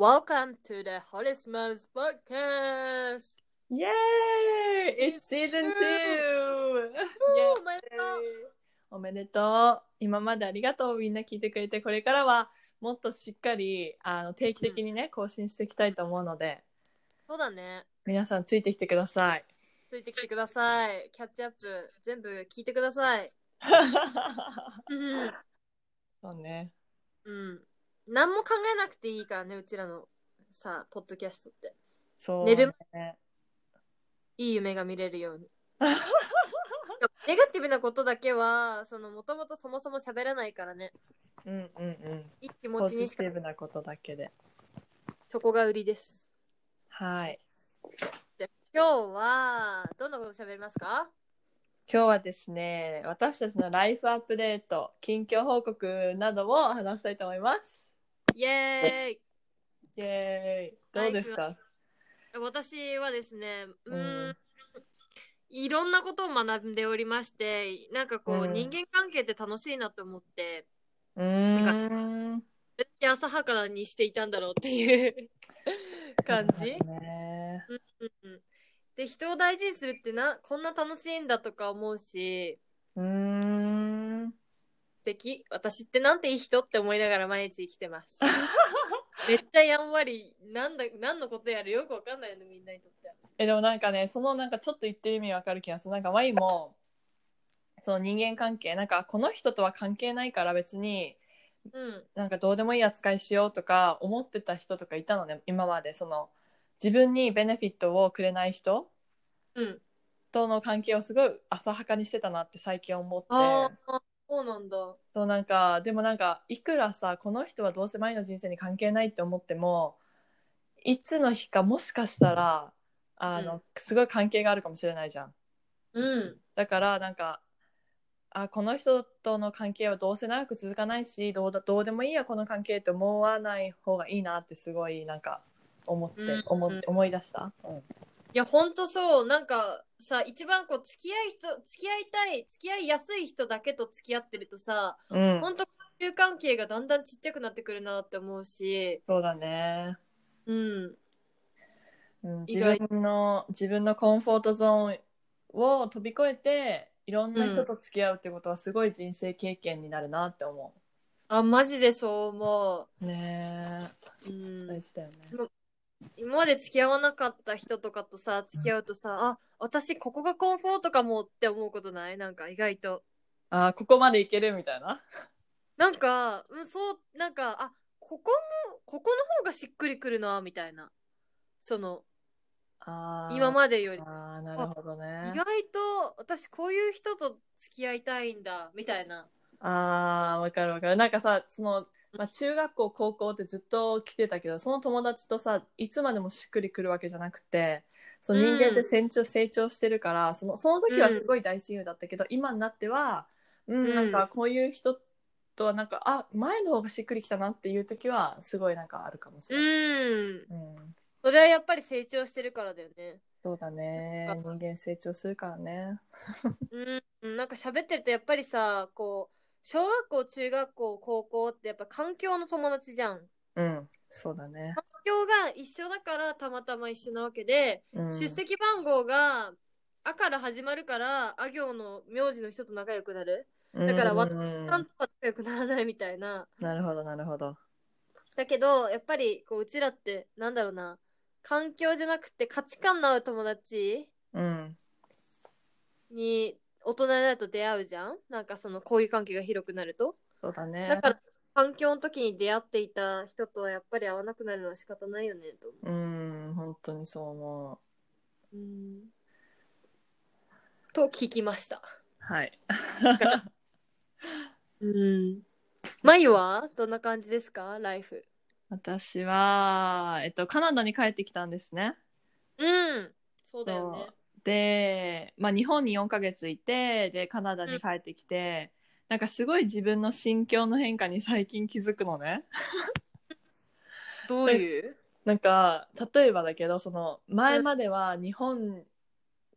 Welcome to the Hottest Moms Podcast! Yay! It's It's season two! おめでとう Yay! おめでとう今までありがとうみんな聞いてくれてこれからはもっとしっかりあの定期的にね、更新していきたいと思うのでそうだね。皆さんついてきてくだ さいついてきてください。キャッチアップ、全部聞いてください。うん。そうねうん。何も考えなくていいからね、うちらのさ、ポッドキャストって。そう寝るねいい夢が見れるよう に。ネガティブなことだけは、その、もともとそもそも喋らないからね。うんうんうんいい気持ポちにジしかティ、ブなことだけでそこが売りです。はい今日は、どんなこと喋りますか今日はですね私たちのライフアップデート近況報告などを話したいと思いますイエーイイエーイどうですか私はですね、うーん、うんいろんなことを学んでおりまして、なんかこう、うん人間関係って楽しいなと思って、うーどうんやって浅はかにしていたんだろうっていう 感じ、ねうんうんで、人を大事にするってな、こんな楽しいんだとか思うし、うーん素敵私ってなんていい人って思いながら毎日生きて ます。めっちゃやんわり、なんだ、何のことやるよくわかんないの、みんなにとっては。えでもなんかねそのなんかちょっと言ってる意味わかる気がするなんかワイもその人間関係なんかこの人とは関係ないから別にうん。なんかどうでもいい扱いしようとか思ってた人とかいたのね今までその自分にベネフィットをくれない人うん。との関係をすごい浅はかにしてたなって最近思ってああ、そうなんだ。そうなんかでもなんかいくらさこの人はどうせ前の人生に関係ないって思ってもいつの日かもしかしたらあうの、んすごい関係があるかもしれないじゃんうん。だからなんかあこの人との関係はどうせ長く続かないしどうだどうでもいいやこの関係って思わない方がいいなってすごいなんか思って、うん思うん思い出した、いや、ほんとそう。なんかさ、一番こう、付き合い人、付き合いたい、付き合いやすい人だけと付き合ってるとさ、うんほんと、交友関係がだんだんちっちゃくなってくるなって思うし、そうだね、うん。うん、意自外分の自分のコンフォートゾーンを飛び越えていろんな人と付き合うってことはすごい人生経験になるなって思あ、マジでそう思うねう。うんえ。大事だよね今まで付き合わなかった人とかとさ、付き合うとさ、あ、私ここがコンフォートかもって思うことないなんか意外と。あーここまでいけるみたいななんか、うん、そう、なんか、あ、ここも、ここの方がしっくりくるな、みたいな。その、あー今までより。あーなるほどね意外と私こういう人と付き合いたいんだみたいなあーわかるわかるなんかさその、まあ、中学校高校ってずっと来てたけどその友達とさいつまでもしっくりくるわけじゃなくてその人間って成長,、成長してるからそのその時はすごい大親友だったけど、今になってはうん、うんなんかこういう人とはなんかあ前の方がしっくりきたなっていう時はすごいなんかあるかもしうれない、んうんそれはやっぱり成長してるからだよねそうだねなん人間成長するからねうんなんか喋ってるとやっぱりさこう小学校中学校高校ってやっぱ環境の友達じゃん環うんそうだね、境が一緒だからたまたま一緒なわけで、うん、出席番号が「あ」から始まるからあ行の名字の人と仲良くなる、だからうんわうんなんとか仲良くならないみたいななるほどなるほどだけどやっぱりこううちらってなんだろうな環境じゃなくて価値観の合う友達うんに大人になると出会うじゃんなんかその交友関係が広くなるとそうだねだから環境の時に出会っていた人とやっぱり会わなくなるのは仕方ないよねと思うん、本当にそう思う。ううんと聞きましたはい。うんまゆはどんな感じですかライフ私は、えっと、カナダに帰ってきたんですね。うんそうだよねで、まあ、日本に4ヶ月いて、で、カナダに帰ってきて、なんかすごい自分の心境の変化に最近気づくのね。どう いうなんか、例えばだけど、その、前までは日本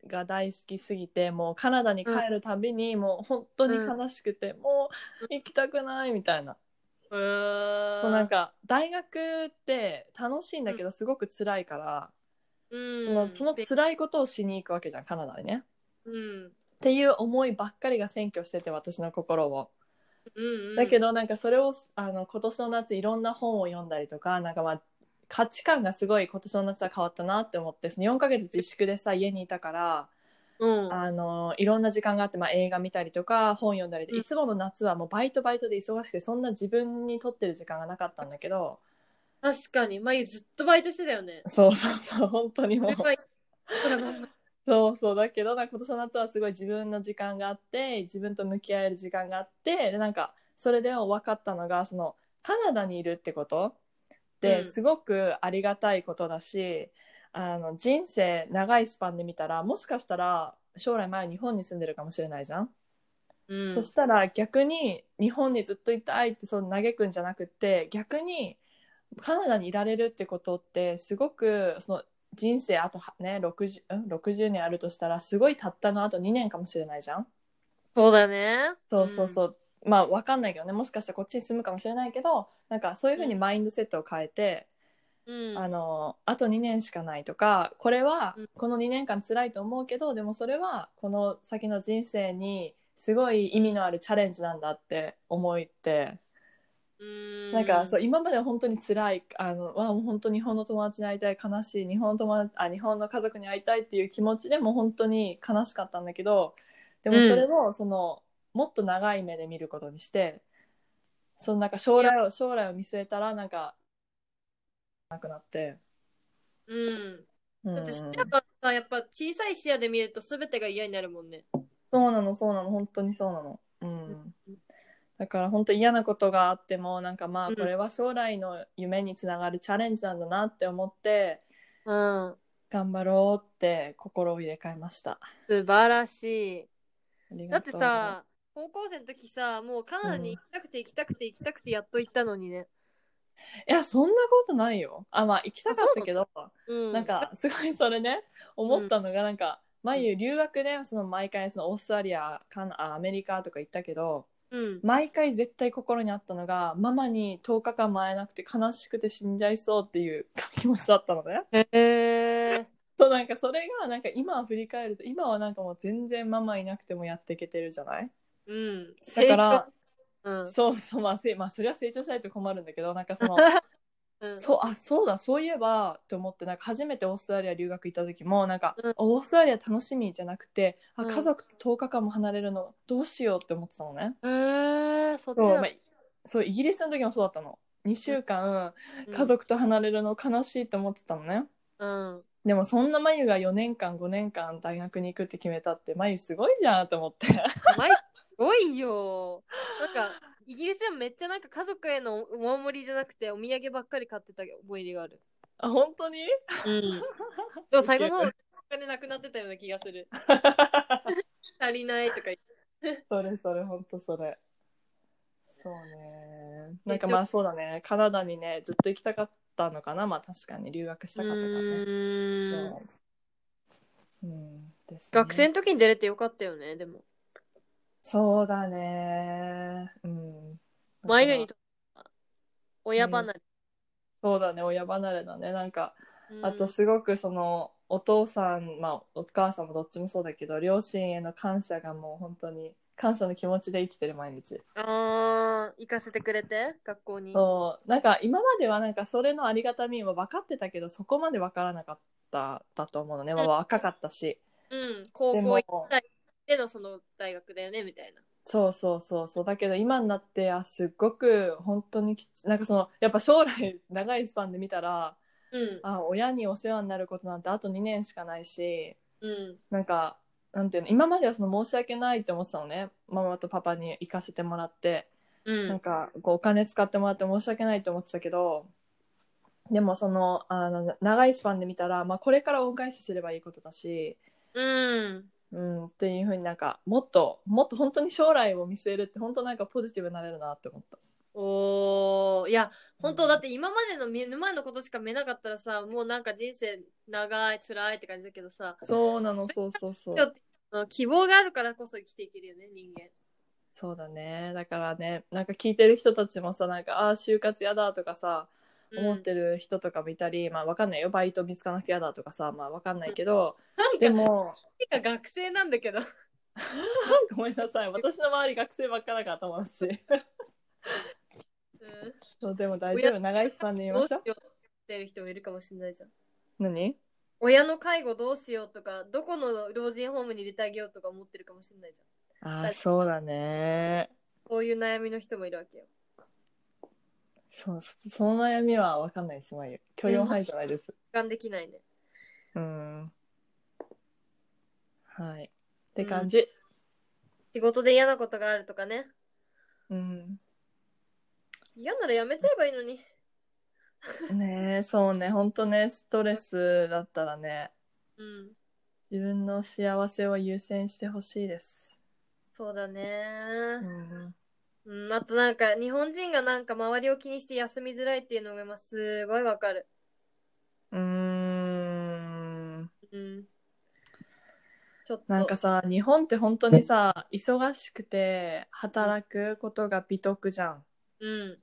が大好きすぎて、もうカナダに帰るたびに、もう本当に悲しくて、もう行きたくないみたいな。うーそうなんか大学って楽しいんだけどすごく辛いから、うん、そのその辛いことをしに行くわけじゃんカナダでね。うん、っていう思いばっかりが占拠してて私の心を。うんうん、だけど、どなんかそれをあの今年の夏いろんな本を読んだりとかなんかまあ価値観がすごい今年の夏は変わったなって思ってその4ヶ月自粛でさ家にいたからうん、あのいろんな時間があって、まあ、映画見たりとか本読んだりでうんいつもの夏はもうバイトバイトで忙しくてそんな自分にとってる時間がなかったんだけど確かに眉ずっとバイトしてたよねそうそうそう本当にもうやっぱりほ らまんまそうそうだけどなんか今年の夏はすごい自分の時間があって自分と向き合える時間があってでなんかそれでも分かったのがそのカナダにいるってことってうんすごくありがたいことだし、あの人生長いスパンで見たらもしかしたら将来前日本に住んでるかもしれないじゃん、うんそしたら逆に日本にずっといたいってその嘆くんじゃなくて逆にカナダにいられるってことってすごくその人生あとはね 60, ん60年あるとしたらすごいたったのあと2年かもしれないじゃん。そうだねそうそうそう、まあわかんないけどねもしかしたらこっちに住むかもしれないけどなんかそういうふうにマインドセットを変えて、うん、あのあと2年しかないとかこれはうんこの2年間辛いと思うけどでもそれはこの先の人生にすごい意味のあるチャレンジなんだって思いって、うん、なんかそう今までは本当に辛いあのわあもう本当日本の友達に会いたい悲しい日本の友達あ日本の家族に会いたいっていう気持ちでもう本当に悲しかったんだけどでもそれをその、もっと長い目で見ることにしてそのなんか将来を将来を見据えたらなんかなくなって。うん、だって視うん野がさやっぱ小さい視野で見ると全てが嫌になるもんねそうなのそうなの本当にそうなの。うん、だから本当嫌なことがあってもなんかまあうんこれは将来の夢につながるチャレンジなんだなって思ってうん頑張ろうって心を入れ替えました。あ素晴らしりいだがってとうさ高校生の時さもうカナダに行きたくて行きたくて行きたくてやっと行ったのにね、いやそんなことないよ。あまあ行きたかったけどうん、なんかすごいそれね思ったのがなんか前留学でその毎回そのオーストラリアカナあアメリカとか行ったけどうん毎回絶対心にあったのがママに10日間も会えなくて悲しくて死んじゃいそうっていう気持ちだったのね。へえそうなんかそれがなんか今振り返ると今はなんかもう全然ママいなくてもやっていけてるじゃないうんだから、成長そうそうまあせまあそれは成長しないと困るんだけどなんか そのうん、そうあそうだそういえばと思ってなんか初めてオーストラリア留学行った時もなんか、うんオーストラリア楽しみじゃなくてあうん家族と10日間も離れるのどうしようって思ってたのね。うんへえそっちそう,、なまあの、そうイギリスの時もそうだったの。2週間、うん家族と離れるの悲しいって思ってたのねうんでもそんなまゆが4年間5年間大学に行くって決めたってまゆすごいじゃんと思って マイすごいよなんかイギリスでもめっちゃなんか家族へのお守りじゃなくてお土産ばっかり買ってた思い出があるあ本当にうんでも最後の方お金なくなってたような気がする足りないとか言ってそれそれ本当それそうねなんかまあそうだねカナダにねずっと行きたかったのかなまあ確かに留学したかったからねうんそううんですね学生の時に出れてよかったよねでもそうだねうん眉にと親離れ、そうだね親離れだねなんかうんあとすごくそのお父さん、まあ、お母さんもどっちもそうだけど両親への感謝がもう本当に感謝の気持ちで生きてる毎日あー行かせてくれて学校にそうなんか今まではなんかそれのありがたみも分かってたけどそこまで分からなかっただと思うのね、まあ、うん若かったしうん高校行ったりでのその大学だよねみたいなそうそうそうそうだけど今になってあすっごく本当にきちなんかそのやっぱ将来長いスパンで見たらうんあ親にお世話になることなんてあと2年しかないしうんなんか、なんていうの、今まではその申し訳ないって思ってたのね。ママとパパに行かせてもらって、うんなんか、こう、お金使ってもらって申し訳ないって思ってたけど、でもその、あの、長いスパンで見たら、まあ、これから恩返しすればいいことだし、うんうん、っていうふうになんか、もっと、もっと本当に将来を見据えるって、本当なんかポジティブになれるなって思った。おーいや本当だって今までの目の前のことしか見えなかったらさもうなんか人生長い辛いって感じだけどさそうなの、そうそうそうちょ。っと希望があるからこそ生きていけるよね人間そうだね。だからね、なんか聞いてる人たちもさ、なんか、ああ、就活やだとかさ、思ってる人とか見たり、まあわかんないよ。バイト見つかなきゃやだとかさ、まあわかん ないけど、なんでか、も、なんか学生なんだけど。ごめんなさい。私の周り学生ばっかだから友 達。うんそうでも大丈夫。長いスパンで言いましょうど。うしようってる人もいるかもしれないじゃん。何親の介護どうしようとか、どこの老人ホームに入れてあげようとか思ってるかもしれないじゃん。ああ、そうだね。そういう悩みの人もいるわけよ。そう、そその悩みはわかんないです。まゆ。許容範囲じゃないです。俯瞰できないね。うん。はい。って感じ。仕事で嫌なことがあるとかね。うん。嫌ならやめちゃえばいいのに。ねえ、そうね。ほんとね、ストレスだったらね、うん。自分の幸せを優先してほしいです。そうだうね。ん。うん。あとなんか、日本人がなんか周りを気にして休みづらいっていうのが今すごいわかる。うーん。うん。ちょっと。なんかさ、日本って本当にさ、忙しくて働くことが美徳じゃん。うん。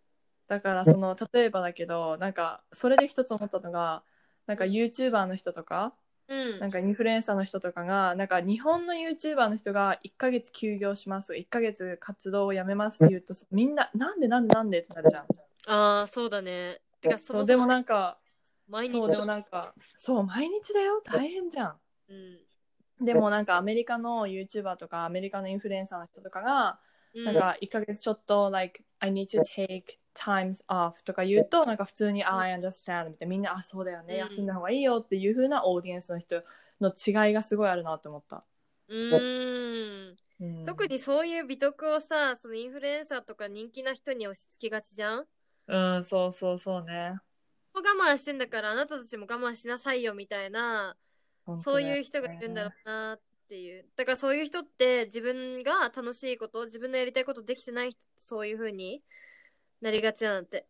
だからその例えばだけどなんかそれで一つ思ったのがなんか YouTuber の人とかうん。なんかインフルエンサーの人とかがなんか日本の YouTuber の人が1ヶ月休業します1ヶ月活動をやめますって言うとみんななんでなんでなんでってなるじゃん。ああ、そうだね。てか、そそうもでそももなんか毎日そうでもなんかそう毎日だよ大変じゃん。うん。でもなんかアメリカの YouTuber とかアメリカのインフルエンサーの人とかがうんなんか1ヶ月ちょっと、like, I need to take times off とか言うと、なんか普通に、I understand みたいな、みんな、あ、そうだよね、うん休んだ方がいいよっていう風なオーディエンスの人の違いがすごいあるなと思った。うーん。うん特、にそういう美徳をさ、そのインフルエンサーとか人気な人に押し付けがちじゃんうん、そうそうそうね。我慢してんだから、あなたたちも我慢しなさいよみたいな、そういう人がいるんだろうなっていう。だからそういう人って自分が楽しいこと、自分のやりたいことできてない人、そういう風になりがちなんだって。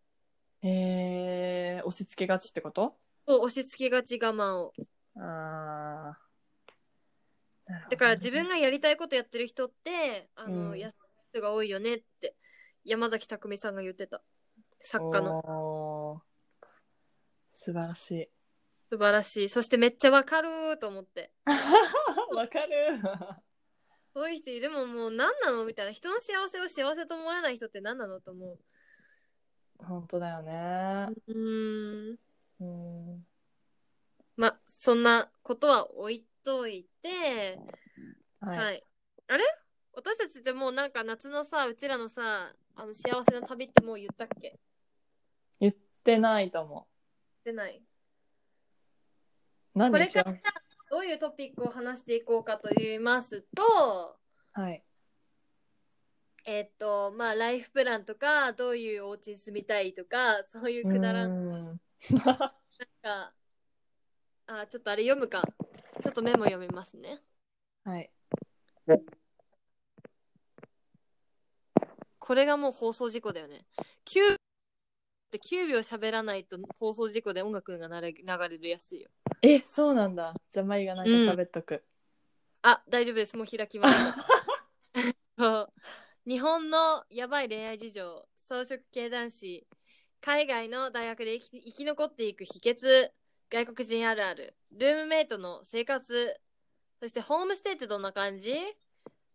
う。えー、押し付けがちってことそう押し付けがち我慢を。あー。なるほだどねから自分がやりたいことやってる人って、あの、うんやってる人が多いよねって、山崎匠さんが言ってた。作家の。の。素晴らしい。素晴らしい。そしてめっちゃわかるーと思って。 わかる。そういう人いるもん、もう何なのみたいな。人の幸せを幸せと思えない人って何なのと思う。 本当だよね。うーん。うん。ま、そんなことは置いといて、はい。はい。あれ私たちってもうなんか夏のさ、うちらのさ、あの幸せな旅ってもう言ったっけ言ってないと思出ない。う。何こでれしょかうらどういうトピックを話していこうかと言いますと、はい。えっと、まあ、ライフプランとか、どういうお家に住みたいとか、そういうくだらんうん。 か、あ、ちょっとあれ読むか。ちょっとメモ読みますね。はい。これがもう放送事故だよね。9, で9秒喋らないと放送事故で音楽がなれ流れるやすいよ。え、そうなんだ。じゃあ、まゆがなんか喋っとく。あ、大丈夫です。もう開きました。そう日本のやばい恋愛事情、草食系男子、海外の大学で生き生き残っていく秘訣、外国人あるある、ルームメイトの生活、そしてホームステイってどんな感じ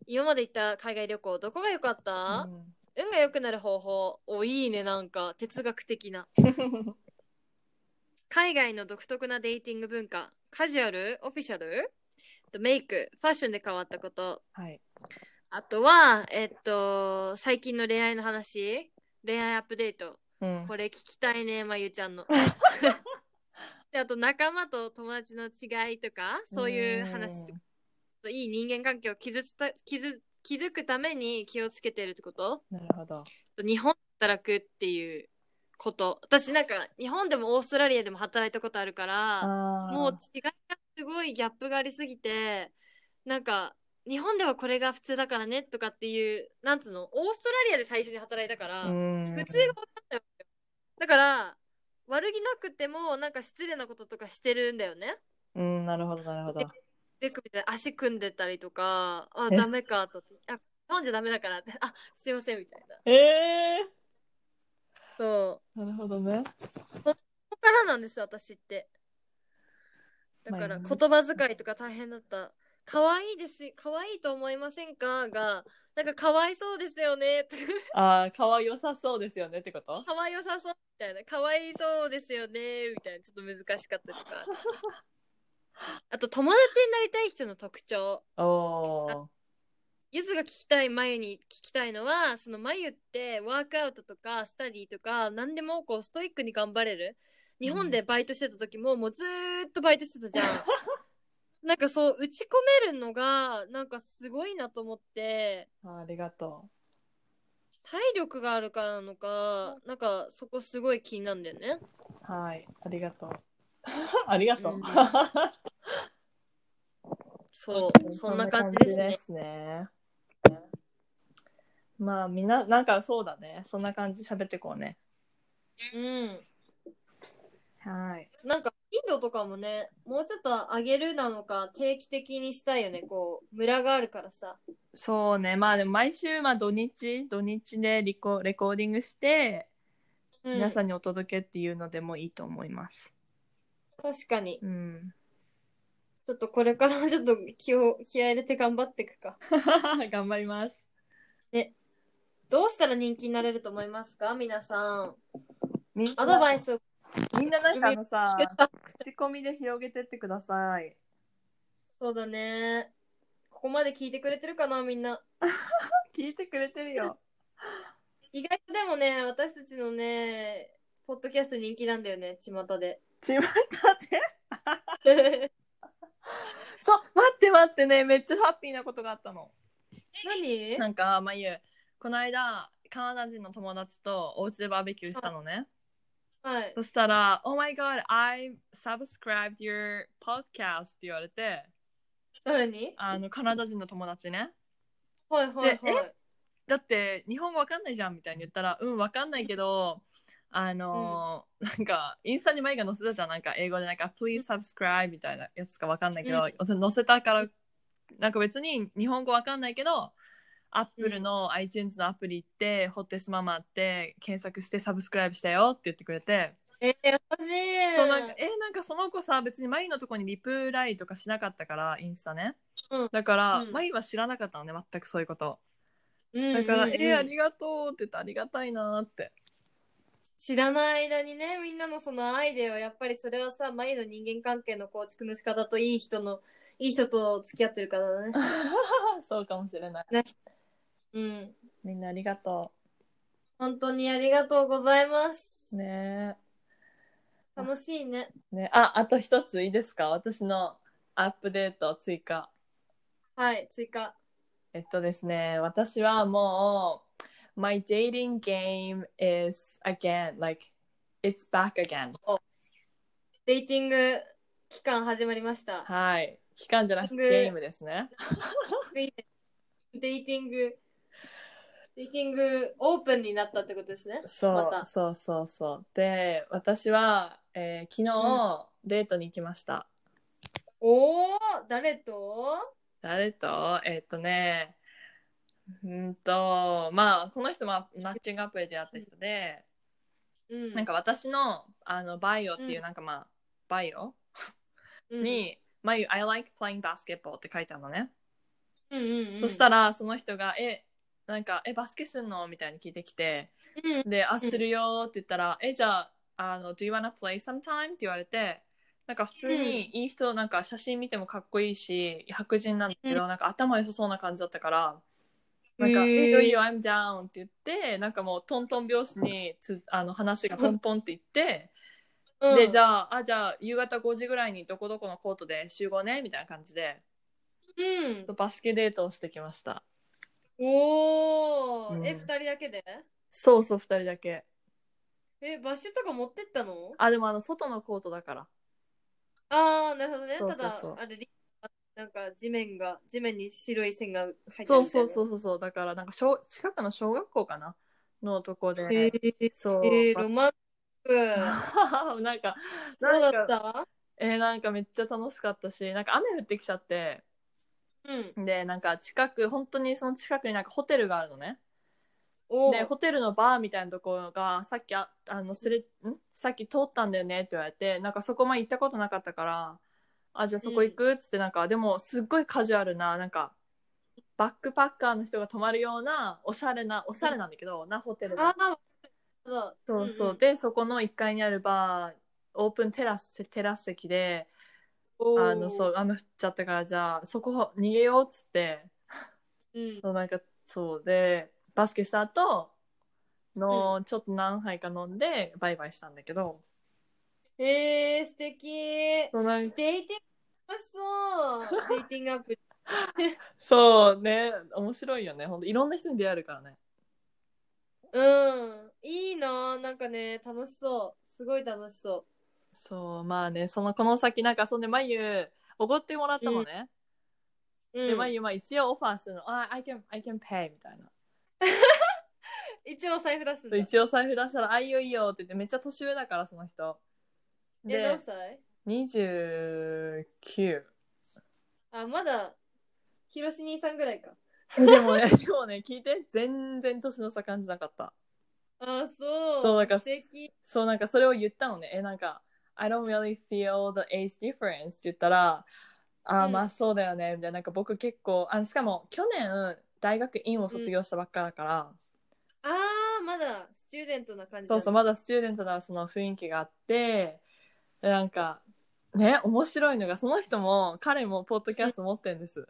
今まで行った海外旅行、どこが良かった、運が良くなる方法おいいねなんか哲学的なうん、 海外の独特なデーティング文化カジュアルオフィシャルとメイクファッションで変わったことはい。あとはえっと最近の恋愛の話恋愛アップデートうん。これ聞きたいねまゆちゃんのであと仲間と友達の違いとかそういう話とかあといい人間関係を傷つた傷築くために気をつけてるってことうん。なるほど。日本で働くっていうこと私なんか日本でもオーストラリアでも働いたことあるからあもう違いがすごいギャップがありすぎてなんか日本ではこれが普通だからねとかっていうなんつうのオーストラリアで最初に働いたから、う、うん、普通が分かんないわけよだから悪気なくてもなんか失礼なこととかしてるんだよね うん、なるほど、なるほど。で組んで足組んでたりとかあえダメかとあ本じゃダメだからって、あ、すいません、みたいな。ええそう。ー、なるほどね。ここからなんですよ私ってだからまあ言葉遣いとか大変だった可愛いです可愛いと思いませんかがなんか可哀想ですよね とかああ、顔良さそうですよねってこと可愛よさそうみたいな可哀想ですよねみたいなちょっと難しかったりとかあと友達になりたい人の特徴おゆずが聞きたい眉に聞きたいのはその眉ってワークアウトとかスタディとか何でもこうストイックに頑張れる日本でバイトしてた時も、もうずーっとバイトしてたじゃんなんかそう打ち込めるのがなんかすごいなと思ってお。あーありがと体力があるからなのかなんかそこすごい気になるんだよねう。はい。ありが とう。ありがとう。うんそそう そんな感じですねすね。まあみんななんかそうだねそんな感じ喋ってこうねうんはいなんか頻度とかもねもうちょっと上げるなのか定期的にしたいよねこうムラがあるからさそうねまあでも毎週まあ土日土日でリコレコーディングして、うん皆さんにお届けっていうのでもいいと思います確かにうんちょっとこれからちょっと気を気合い入れて頑張っていくか。 頑張りますどうしたら人気になれると思いますか皆さん。みんアドバイスをみんななんかあのさ聞けた。口コミで広げてってくださいそうだね。ここまで聞いてくれてるかなみんな。聞いてくれてる よ意外とでもね、私たちのね、ポッドキャスト人気なんだよね、巷 で。ちまたでそう待って待ってねめっちゃハッピーなことがあったの何なんかまゆこの間カナダ人の友達とお家でバーベキューしたのねはい。そしたら「Oh my god I subscribed your podcast」って言われて誰にあのカナダ人の友達ねはいはいはい。だって日本語わかんないじゃんみたいに言ったら「うんわかんないけどあのーなんかインスタにマイが載せたじゃんなんか英語でなんか「Please subscribe」みたいなやつかわかんないけど、載せたからなんか別に日本語わかんないけどアップルの iTunes のアプリ行って、ホッテスママって検索してサブスクライブしたよって言ってくれて、えー、優しい。そうなんかえなんかその子さ別にマイのとこにリプライとかしなかったからインスタね、うんだから、うんマイは知らなかったのね全くそういうことうんうんうんだから、えありがとうって言ってありがたいなーって知らない間にねみんなのそのアイデアをやっぱりそれはさ前の人間関係の構築の仕方といい人のいい人と付き合ってるからだね そうかもしれないうんみんなありがと本当にありがとうございます、ね楽しいねーねああと一ついいですか私のアップデート追加はい追加えっとですね私はもう My dating game is again like it's back again デイティング期間始まりました、はい期間じゃなくてゲームですねデイティングデイティングオープンになったってことですねそう、またそうそうそう。で、私は、えー昨日、デートに行きました。おお誰と誰とえーっとね、うーんと、まあ、この人もマッチングアプリでやった人で、うんなんか私の、あの、バイオっていう、うんなんかまあ、バイオうんに、まゆ、I like playing basketball って書いてあるのね。うんうんうんそしたら、その人が、え、なんか、え、バスケすんのみたいに聞いてきて、うんで、あ、するよって言ったら、え、じゃあ、あの、do you wanna play sometime? って言われて、なんか普通にいい人、なんか写真見てもかっこいいし、白人なんだけど、なんか頭良さそうな感じだったから、なんか、へーいいよいいよ、I'm down って言って、なんかもうトントン拍子につあの話がポンポンっていって、うんで、じゃあ、あ、じゃあ、夕方5時ぐらいにどこどこのコートで集合ね、みたいな感じで、うんバスケデートをしてきました。おお、え、う二ん人だけでそうそう、二人だけ。え、バッシュとか持ってったのあ、でもあの、外のコートだから。ああ、なるほどね。そたうそうだそう、あれ、リなんか地面が、地面に白い線が入ってるみたいな。。そうそうそううそうそうだからなんか小近くの小学校かなのとこで、えー、そう、えーロマンチ ック。なんかどうなんだっかたえーなんかめっちゃ楽しかったしなんか雨降ってきちゃってうん。でなんか近く本当にその近くになんかホテルがあるのねおでーホテルのバーみたいなところがさっきああのすれんさっき通ったんだよねって言われてなんかそこまで行ったことなかったからあじゃあそこ行くっつってなんか、でもすっごいカジュアルななんかバックパッカーの人が泊まるようなおしゃれなおしゃれなんだけど、なホテルがああ、そう。そうそう、んん。でそこの1階にあるバーオープンテラステラス席でおーあのそう雨降っちゃったからじゃあそこ逃げようっつってうん。そうなんかそうでバスケした後の、ちょっと何杯か飲んでバイバイしたんだけどえー、素敵。そうなんデイティング楽し そう。デイティングアプリ。そうね面白いよねほんといろんな人に出会えるからねうん。いいなーなんかね、楽しそう。すごい楽しそそうまあねそのこの先なんかそんでまゆおごってもらったのね、う。うんでまゆ、まあ、一応オファーするの「あ I can, I can pay」みたいな一応財布出すんだ。で一応財布出したら「あいいよいいよ」って言ってめっちゃ年上だからその人え、で何歳29あ、まだ、広し兄さんぐらいか。でもね でもね聞いて全然年の差感じなかったあ、そう。そうだから素敵。そう、なんかそれを言ったのね。え、なんか、I don't really feel the age difference って言ったら、あー、うんまあそうだよね。みたいな、なんか僕結構、あしかも去年、大学院を卒業したばっかだから、あー、まだ、スチューデントな感じそうそう、ままだスチューデントなその雰囲気があって、でなんか、ね、面白いのが、その人も、彼もポッドキャスト持ってんです。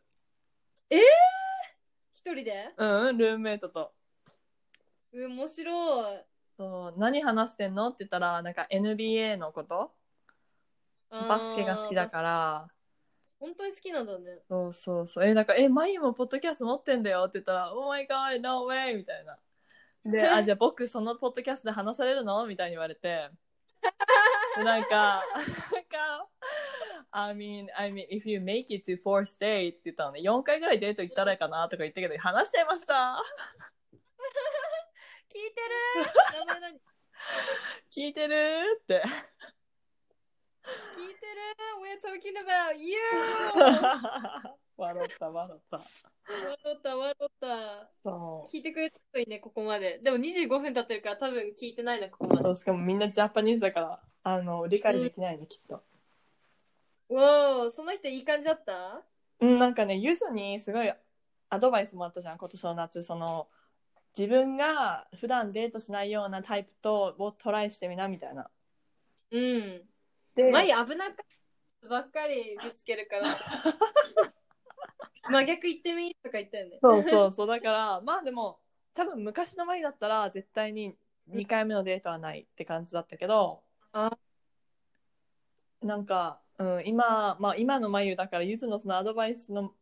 一人でうん、うん、ルームメイトと。うん面白い。そう、何話してんのって言ったら、なんか NBA のことバスケが好きだら。から、本当に好きなんだね。そうそうそう。え、なんか、え、マイもポッドキャスト持ってんだよって言ったら、Oh my god, no way! みたいな。 で、あ、じゃあ僕そのポッドキャストで話されるのみたいに言われて。でなんか、なんか、I mean, I mean, if you make it to four stay って言ったのね、4回ぐらいデート行ったらいいかなとか言ったけど、話しちゃいました。 聞いてる名前何聞い聞いてるって。てる ?We're talking about you! 笑った、笑った。笑った、笑った。そう。聞いてくれたといいね、ここまで。でも25分経ってるから多分聞いてないな、ここまそで。うしかもみんなジャパニーズだから、あの、理解できないね、きっと。わー、その人いい感じだったうん、なんかね、ゆずにすごいアドバイスもあったじゃん、今年の夏。その、自分が普段デートしないようなタイプとをトライしてみな、みたいな。うん。で、前危なかったばっかり見つけるから。真逆行ってみとか言ったよね。そう そうそう。だから、まあでも、多分昔の前だったら、絶対に2回目のデートはないって感じだったけど、あなんか、うん、今、まあ今の眉だから、ゆずのそのアドバイスの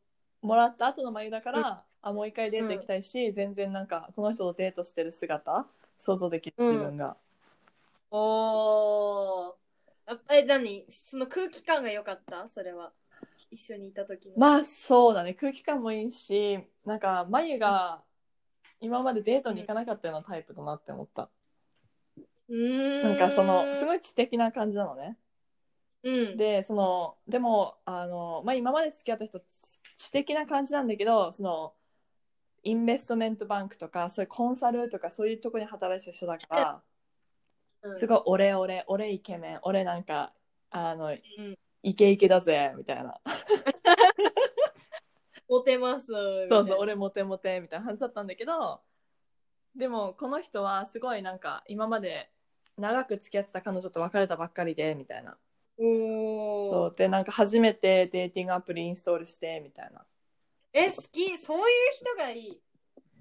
もらった後の眉だから、あ、もう一回デート行きたいし、全然なんか、この人とデートしてる姿、想像できる、自分が。おー。あえ、何その空気感が良かったそれは。一緒にいた時の。まあそうだね空気感もいいしなんか眉が今までデートに行かなかったようなタイプだなって思った、うーん。なんかそのすい。ごい知的な感じなのねうん。でそのでもあの、まあ、今まで付き合った人知知的な感じなんだけどそのインベストメントバンクとかそういうコンサルとかそういうとこに働いてる人だからうんすごい俺俺俺イケメン俺なんかあの、んイケイケだぜみたいなモテます。そうそう、み俺モテモテみたいな感じだったんだけど、でもこの人はすごいなんか今まで長く付き合ってた彼女と別れたばっかりでみたいな。たいな。おそー。うで、なんか初めてデーティングアプリインストールしてみたいな。え、好き。そういう人がいい。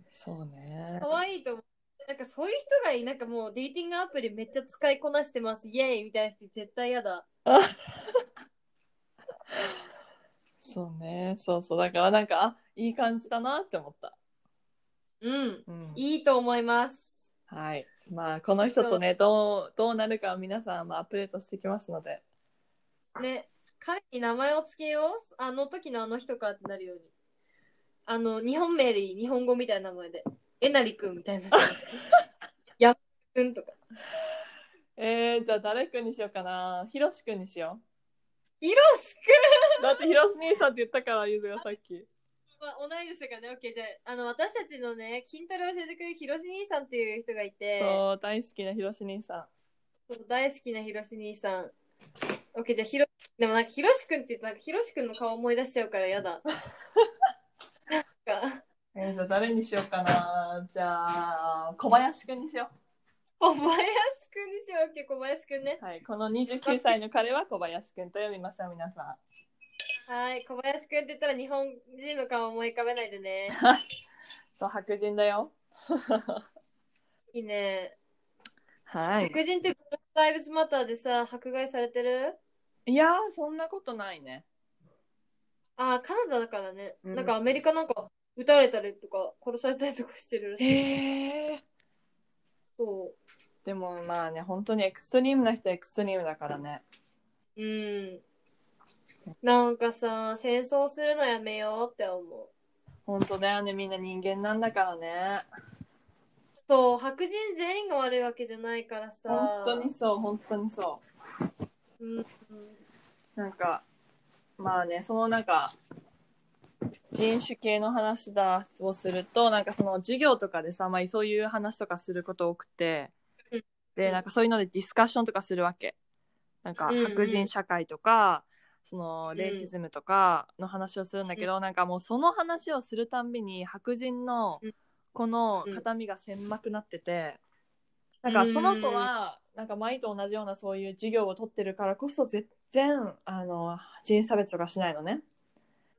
そうね。可愛いと思う。なんかそういう人がいい。なんかもうデーティングアプリめっちゃ使いこなしてます。イエーイみたいな人絶対嫌だ。そうね。そうそう。だからなんか、あいい感じだなって思った。うん。うん。いいと思います。はい。まあ、この人とね、どう、どうなるかは皆さん、まあ、アップデートしていきますので。ね、彼に名前をつけよう。あの時のあの人かってなるように。あの、日本名でいい。日本語みたいな名前で。えなりくんみたいな。やっくんとか。えー、じゃあ誰くんにしようかな。ひろしくんにしよひろしう。だってひろし兄さんって言ったから、ゆずがさっき。まあ、同い年だからね、オッケー、じゃあ、あの、私たちのね、筋トレを教えてくれるひろし兄さんっていう人がいて、そう、大好きなひろし兄さそう大好きなひろし兄さん。オッケー、じゃあ、ひろ、でもなんか、ひろしくんって言うと、なんか、ひろしくんの顔思い出しちゃうからやだ。なんか、ん。えーじゃあ誰にしようかな。じゃあ、小林くんにしよ小林くんにしよう、オッケー、小林くんね。う。はい、この29歳の彼は小林くんと呼びましょう、皆さん。はい、小林くんって言ったら日本人の顔思い浮かべないでね。そう、白人だよ。いいね。は。白人ってブラックライブズマターでさ、迫害されてるいやー、そんなことないね。ああ、カナダだからね。うんなんかアメリカなんか撃たれたりとか殺されたりとかしてるらしい。へえ。そでもまあね、本当にエクストリームな人はエクストリームだからね。う。うん。なんかさ、戦争するのやめようって思う。本当だよね、みんな人間なんだからね。そう、白人全員が悪いわけじゃないからさ。本当にそう、本当にそう。うん。うんなんかまあねそのなんか人種系の話だをするとなんかその授業とかでさ、まあ、そういう話とかすること多くてうんでなんかそういうのでディスカッションとかするわけなんかうんうん白人社会とか、そのんレイシズムとかの話をするんだけど、なんかもうその話をするたんびに白人のうんこのうん肩身が狭くなってて、なんかその子はなんか毎と同じようなそういう授業を取ってるからこそ絶然あの人種差別とかしないのね。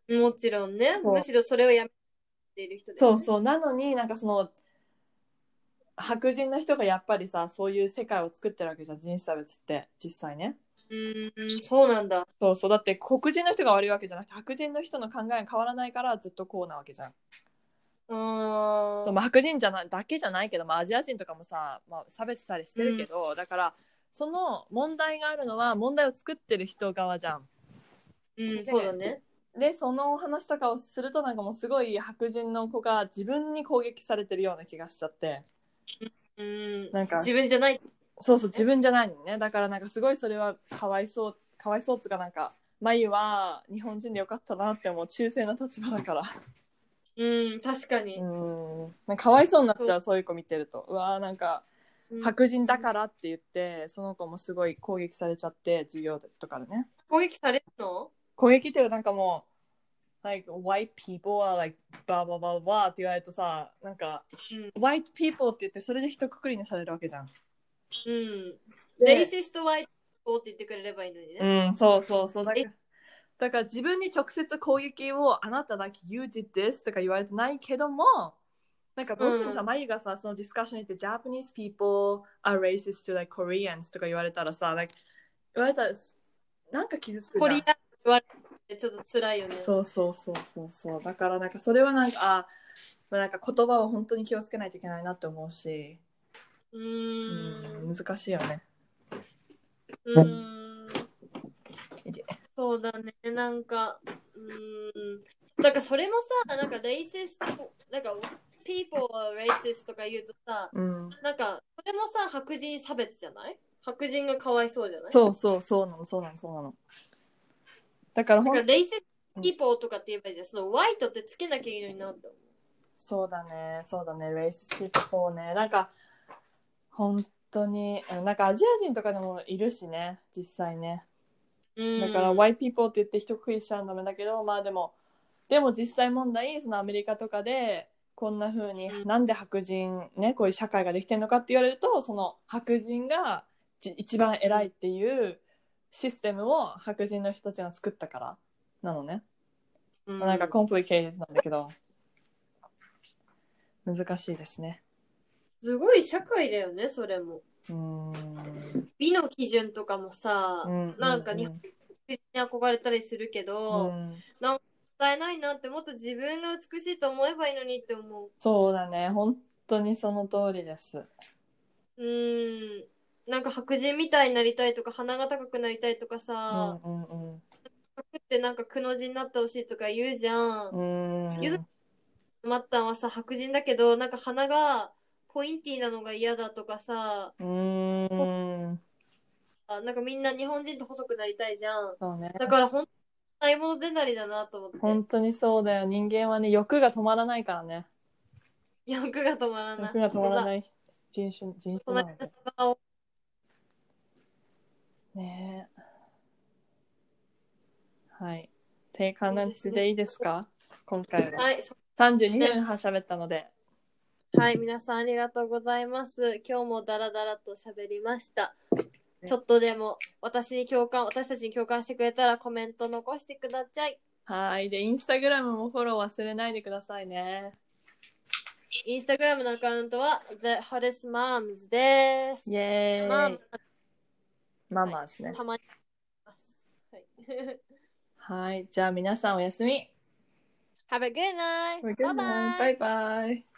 もちろんね。そうむしろそれをやめている人で、そうそうなのになんかその白人の人がやっぱりさそういう世界を作ってるわけじゃん人種差別って実際ね。う。うん、そうなんだ。そうそうだって黒人の人が悪いわけじゃなくて白人の人の考えが変わらないからずっとこうなわけじゃん。あそうあ。まあ白人じゃないだけじゃないけど、まあ、アジア人とかもさ、まあ、差別したりしてるけど、だからその問題があるのは問題を作ってる人側じゃん。うん、そうだね。でそのお話とかをするとなんかもうすごい白人の子が自分に攻撃されてるような気がしちゃってうん。なんか自分じゃない。そうそう自分じゃないのねだからなんかすごいそれはかわいそうかわいそうっつうかなんか眉は日本人でよかったなって思う中性な立場だからうん、確かうに。ーんなんかかわいそうになっちゃうそういう子見てるとうわーなんかうん白人だからって言ってその子もすごい攻撃されちゃって授業とかでね攻撃されるの攻撃っていうかなんかもう、like, white people are like, バーバーバーバーって言われるとさ、なんか、white people って言って、それで一括りにされるわけじゃうん。ん。でレイシストワイトって言ってくれればいいのにね。うん、そうそうそう。だかえらだから自分に直接攻撃をあなただけ You did this とか言われてないけども、なんかどうしてもさ、うんマユがさ、そのディスカッションに行って Japanese people are racist to like Koreans とか言われたらさ、like, 言われたらなんか傷つくじゃコんリアンって言われてちょっと辛いよね。そうそうそうそうそうだからなんかそれはなんかあまあなんか言葉を本当に気をつけないといけないなって思うし、ううーん。ん、難しいよねうーん。いてそうだね。なんか、うーん。なんかそれもさ、なんかレイシスト、なんか、people are racist とか言うとさ、うんなんか、それもさ、白人差別じゃない白人がかわいそうじゃないそうそうそうなのそうなのそうなのだからなほんんか、レイシスト people とかって言えばいいじゃん。その、ワイトってつけなきゃいいのになって思う。そうだねそうだねレイスシップそうねなんか本当にうんなんかアジア人とかでもいるしね実際ねうんだから、white people って言って一括りしちゃうんだめだけど、まあでも、でも実際問題、そのアメリカとかで、こんな風に、うんなんで白人、ね、こういう社会ができてるのかって言われると、その白人がじ一番偉いっていうシステムを白人の人たちが作ったからなのね。うんまあなんかコンプリケイ d なんだけど、難しいですね。すごい社会だよね、それも。うーん。美の基準とかもさ、う白んなんか日本人に憧れたりするけど、もっうんたいないなって、もっと自分が美しいと思えばいいのにって思う。そうだね。本当にその通りです。うーん。なんか白人みたいになりたいとか、鼻が高くなりたいとかさ、うんうんう白ん。ってなんかくの字になってほしいとか言うじゃん。うんゆずマッタンはさ、白人だけど、なんか鼻がポインティーなのが嫌だとかさ、うーん。あなんかみんな日本人って細くなりたいじゃん。そうね。だから本当買い物でなりだなと思って。本当にそうだよ。人間はね、欲が止まらないからね。欲が止まらない。欲が止まらい。ない人種、人種な隣ののね人がねえ。はい。っていう感じでいいですか今回は。はい、そ32分はしゃべったので。はい、皆さんありがとうございます。今日もダラダラと喋りました。ちょっとでも私に共感、私たちに共感してくれたらコメント残してください。はい。で、インスタグラムもフォロー忘れないでくださいね。インスタグラムのアカウントは The Hottest Moms です。イェーイ。マンママですね。たまにはい。 はい。じゃあ皆さんおやすみ。 Have a good night! Have a good Bye one. bye! バイバイ。